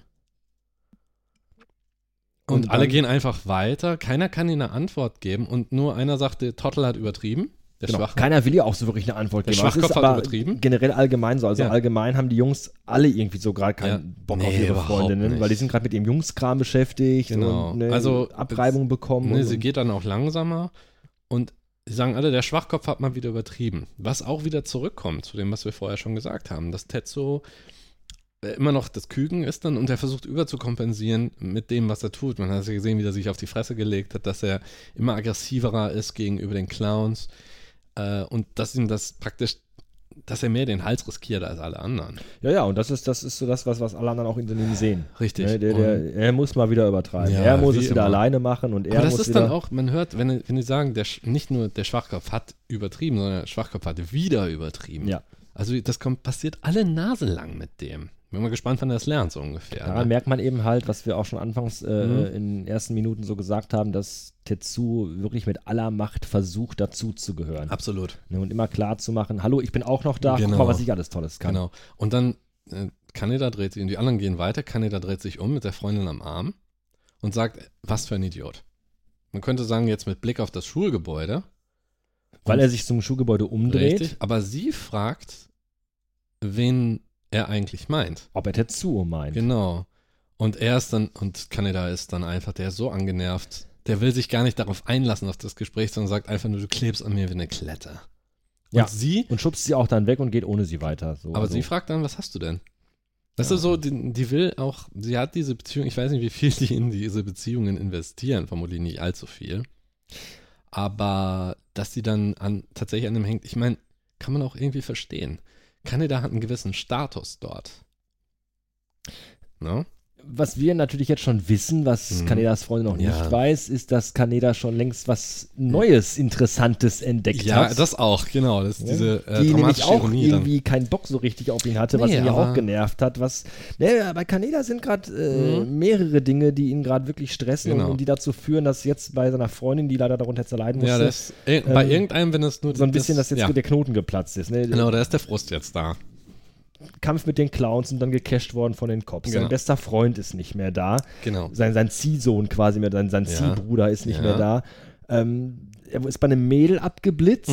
Und,
Und
alle
dann-
gehen einfach weiter. Keiner kann ihnen eine Antwort geben. Und nur einer sagt, der Tottel hat übertrieben. Der
genau.
Schwache.
Keiner will ja auch so wirklich eine Antwort
Der
geben. aber es
Schwachkopf
ist
hat
aber
übertrieben.
Generell allgemein so. Also
Hm? Ja.
allgemein haben die Jungs alle irgendwie so gerade keinen
Ja.
Bock auf
Nee,
ihre
überhaupt
Freundinnen,
nicht.
weil die sind gerade mit ihrem Jungskram beschäftigt
Genau.
und eine
Also,
Abreibung bekommen.
Ne,
und,
sie geht dann auch langsamer. Und sie sagen alle, der Schwachkopf hat mal wieder übertrieben. Was auch wieder zurückkommt zu dem, was wir vorher schon gesagt haben. Dass Tetsuo äh, immer noch das Küken ist dann und er versucht überzukompensieren mit dem, was er tut. Man hat ja gesehen, wie er sich auf die Fresse gelegt hat, dass er immer aggressiverer ist gegenüber den Clowns. Äh, und dass ihm das praktisch, dass er mehr den Hals riskiert als alle anderen.
ja, ja, und das ist, das ist so das, was, was alle anderen auch in dem sehen.
Richtig.
Ne, der, der, er muss mal wieder übertreiben.
Ja,
er muss
wie
es wieder
immer.
alleine machen und er
Aber das
muss
ist
wieder
dann auch, man hört, wenn, wenn die sagen, der, Sch- nicht nur der Schwachkopf hat übertrieben, sondern der Schwachkopf hat wieder übertrieben.
Ja.
Also das kommt, passiert alle Nase lang mit dem. Bin mal gespannt, wann er das lernt, so ungefähr.
Daran
ne?
merkt man eben halt, was wir auch schon anfangs äh,
Mhm.
in den ersten Minuten so gesagt haben, dass Tetsu wirklich mit aller Macht versucht, dazuzugehören.
Absolut,
Ne, und immer klar zu machen, hallo, ich bin auch noch da, guck
Genau.
mal, was ich alles Tolles kann.
genau. Und dann, äh, Kaneda dreht sich, und die anderen gehen weiter, Kaneda dreht sich um mit der Freundin am Arm und sagt, was für ein Idiot. Man könnte sagen, jetzt mit Blick auf das Schulgebäude,
Weil er sich zum Schulgebäude umdreht,
richtig, aber sie fragt, wen er eigentlich meint.
ob er Tetsuo meint.
Genau. Und er ist dann, und Kaneda ist dann einfach, der ist so angenervt, der will sich gar nicht darauf einlassen, auf das Gespräch, sondern sagt einfach nur, du klebst an mir wie eine Klette. Und
Ja.
sie,
Und schubst sie auch dann weg und geht ohne sie weiter. So,
aber
also,
sie fragt dann, was hast du denn? Das
Ja.
ist so, die, die will auch, sie hat diese Beziehung, ich weiß nicht, wie viel die in diese Beziehungen investieren, vermutlich nicht allzu viel. Aber dass sie dann an, tatsächlich an dem hängt, ich meine, kann man auch irgendwie verstehen. Kaneda hat einen gewissen Status dort. Ne?
was wir natürlich jetzt schon wissen, was Kanedas Freundin noch nicht
Hm. Ja.
weiß, ist, dass Kaneda schon längst was Neues, Interessantes entdeckt
Ja,
hat.
das auch, genau. Das ist diese äh,
die nämlich
dramatische
auch
Ironie dann.
irgendwie keinen Bock so richtig auf ihn hatte, was
Nee,
ihn ja
aber-
auch genervt hat. Was, ne, bei Kaneda sind gerade äh, mehrere Dinge, die ihn gerade wirklich stressen
Mhm. Genau.
und, die dazu führen, dass jetzt bei seiner Freundin, die leider darunter zerleiden
Ja,
musste,
das, äh, bei
ähm,
irgendeinem, wenn es nur
so ein bisschen, dass jetzt
ja.
so der Knoten geplatzt ist. Ne?
Genau, da ist der Frust jetzt da.
Kampf mit den Clowns und dann gecasht worden von den Cops.
Genau.
Sein bester Freund ist nicht mehr da.
Genau.
Sein, sein Ziehsohn quasi, mehr, sein, sein
Ja.
Ziehbruder ist nicht
Ja.
mehr da. Ähm, er ist bei einem Mädel abgeblitzt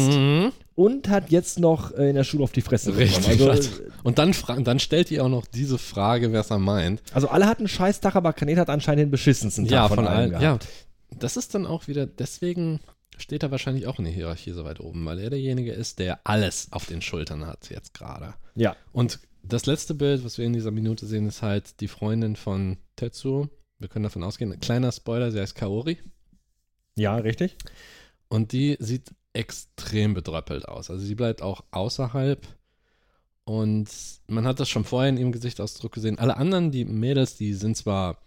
und hat jetzt noch äh, in der Schule auf die Fresse
Mhm. Richtig.
bekommen.
Also,
Also,
und dann, fra- dann stellt ihr auch noch diese Frage, wer es am meint.
also alle hatten einen scheiß Tag, aber Kanet hat anscheinend den beschissensten Tag
Ja,
von,
von,
allen.
allen.
gehabt.
Ja, das ist dann auch wieder, deswegen steht er wahrscheinlich auch in der Hierarchie so weit oben, weil er derjenige ist, der alles auf den Schultern hat jetzt gerade.
ja.
Und das letzte Bild, was wir in dieser Minute sehen, ist halt die Freundin von Tetsuo. Wir können davon ausgehen, kleiner Spoiler, sie heißt Kaori.
Ja, richtig.
Und die sieht extrem bedröppelt aus. Also sie bleibt auch außerhalb. Und man hat das schon vorher in ihrem Gesichtsausdruck gesehen. Alle anderen, die Mädels, die sind zwar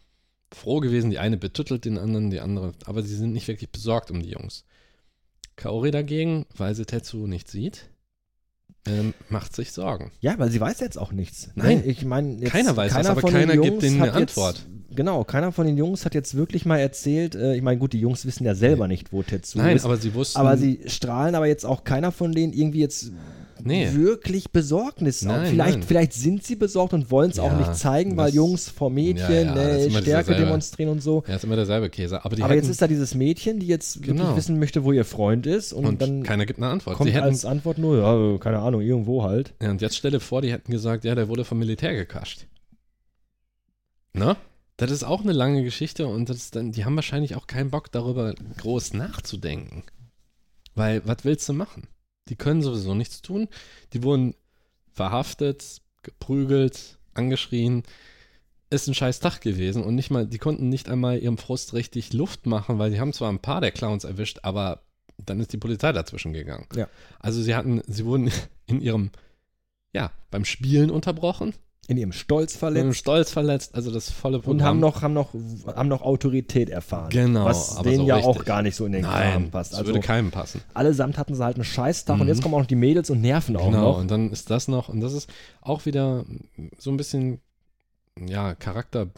froh gewesen, die eine betüttelt den anderen, die andere, aber sie sind nicht wirklich besorgt um die Jungs. Kaori dagegen, weil sie Tetsuo nicht sieht, ähm, macht sich Sorgen.
Ja, weil sie weiß jetzt auch nichts.
Nein.
ich meine, jetzt
ne? Keiner weiß das, aber
von den
keiner gibt
Jungs
denen eine
hat jetzt-
Antwort.
Genau, keiner von den Jungs hat jetzt wirklich mal erzählt. Äh, ich meine, gut, die Jungs wissen ja selber nicht, wo Tetsu
Nein,
ist.
aber sie wussten.
Aber sie strahlen aber jetzt auch keiner von denen irgendwie jetzt
Nee.
wirklich Besorgnis auf.
Nein,
Vielleicht,
nein.
vielleicht sind sie besorgt und wollen es auch
Ja,
nicht zeigen, weil
das-
Jungs vor Mädchen
Ja, ja, das
äh,
ist immer dieser
Stärke
selber.
demonstrieren und so.
Ja, ist immer derselbe Käse. Aber, die
aber
hätten,
jetzt ist da dieses Mädchen, die jetzt
Genau.
wirklich wissen möchte, wo ihr Freund ist und,
und
dann
keiner gibt eine Antwort.
kommt
Sie hätten,
als Antwort nur, ja, äh, keine Ahnung, irgendwo halt.
ja, und jetzt stelle vor, die hätten gesagt, ja, der wurde vom Militär gekascht. Ne? Das ist auch eine lange Geschichte und das ist dann, die haben wahrscheinlich auch keinen Bock, darüber groß nachzudenken. Weil, was willst du machen? Die können sowieso nichts tun. Die wurden verhaftet, geprügelt, angeschrien. Ist ein scheiß Tag gewesen und nicht mal, die konnten nicht einmal ihrem Frust richtig Luft machen, weil die haben zwar ein paar der Clowns erwischt, aber dann ist die Polizei dazwischen gegangen.
Ja.
Also sie hatten, sie wurden *laughs* in ihrem, ja, beim Spielen unterbrochen,
In ihrem Stolz
mit dem
verletzt.
Stolz verletzt, also das volle
Und haben noch, haben, noch, haben noch Autorität erfahren.
Genau,
Was
aber
denen
so
ja auch
richtig.
gar nicht so in den Kram
Nein,
passt.
das
Also
würde keinem passen.
allesamt hatten sie halt einen Scheißtag und
Mhm.
jetzt kommen auch noch die Mädels und nerven auch
genau,
noch.
und dann ist das noch, und das ist auch wieder mm, so ein bisschen, ja, Charakter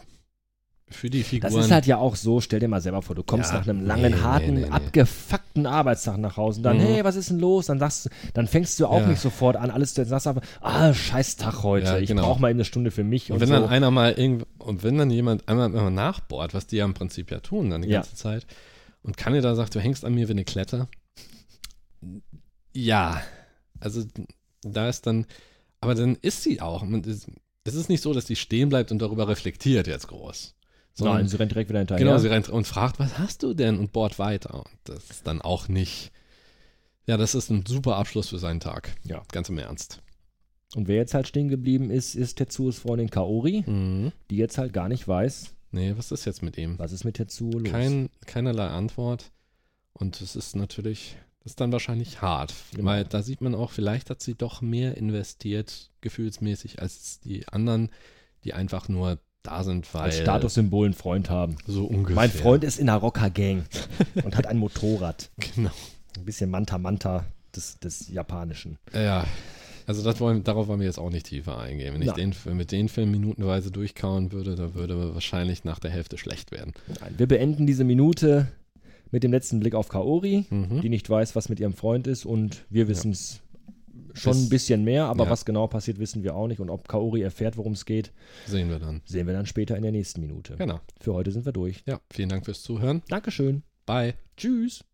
für die Figuren.
Das ist halt ja auch so, stell dir mal selber vor, du kommst
Ja,
nach einem
nee,
langen,
nee,
harten,
nee, nee.
abgefuckten Arbeitstag nach Hause und dann,
Mhm.
hey, was ist denn los? Dann sagst du, dann fängst du auch
Ja.
nicht sofort an, alles zu jetzt sagst du aber, ah, scheiß Tag heute,
Ja,
ich
genau.
brauche mal eben eine Stunde für mich und,
Und wenn
so.
dann einer mal irgend und wenn dann jemand einmal immer nachbohrt, was die ja im Prinzip ja tun dann die
Ja.
ganze Zeit, und Kaneda sagt, du hängst an mir wie eine Klette. Ja, also da ist dann, aber dann ist sie auch. Man- Es es ist nicht so, dass sie stehen bleibt und darüber reflektiert jetzt groß. Sondern-
Nein, sie rennt direkt wieder hinterher.
Genau, sie rennt und fragt, was hast du denn? Und bohrt weiter. Und das ist dann auch nicht. Ja, das ist ein super Abschluss für seinen Tag.
Ja.
Ganz im Ernst.
und wer jetzt halt stehen geblieben ist, ist Tetsuos Freundin Kaori,
Mhm.
die jetzt halt gar nicht weiß,
Nee, was ist jetzt mit ihm?
was ist mit Tetsuo los.
Kein, keinerlei Antwort. Und es ist natürlich, das ist dann wahrscheinlich hart,
Genau.
weil da sieht man auch, vielleicht hat sie doch mehr investiert, gefühlsmäßig, als die anderen, die einfach nur da sind, weil
als Statussymbol einen Freund haben.
so ungefähr.
Mein Freund ist in der Rocker-Gang und hat ein Motorrad.
Genau.
Ein bisschen Manta-Manta des, des Japanischen.
Ja. Also das wollen, darauf wollen wir jetzt auch nicht tiefer eingehen. Wenn ich
Nein.
den, Film- mit den Film minutenweise durchkauen würde, da würde man wahrscheinlich nach der Hälfte schlecht werden.
Nein, wir beenden diese Minute mit dem letzten Blick auf Kaori,
Mhm.
die nicht weiß, was mit ihrem Freund ist und wir wissen es schon
Bis-
ein bisschen mehr, aber
ja.
was genau passiert, wissen wir auch nicht und ob Kaori erfährt, worum es geht,
Sehen wir dann.
sehen wir dann später in der nächsten Minute.
Genau.
Für heute sind wir durch.
Ja, vielen Dank fürs Zuhören.
Dankeschön.
Bye.
Tschüss.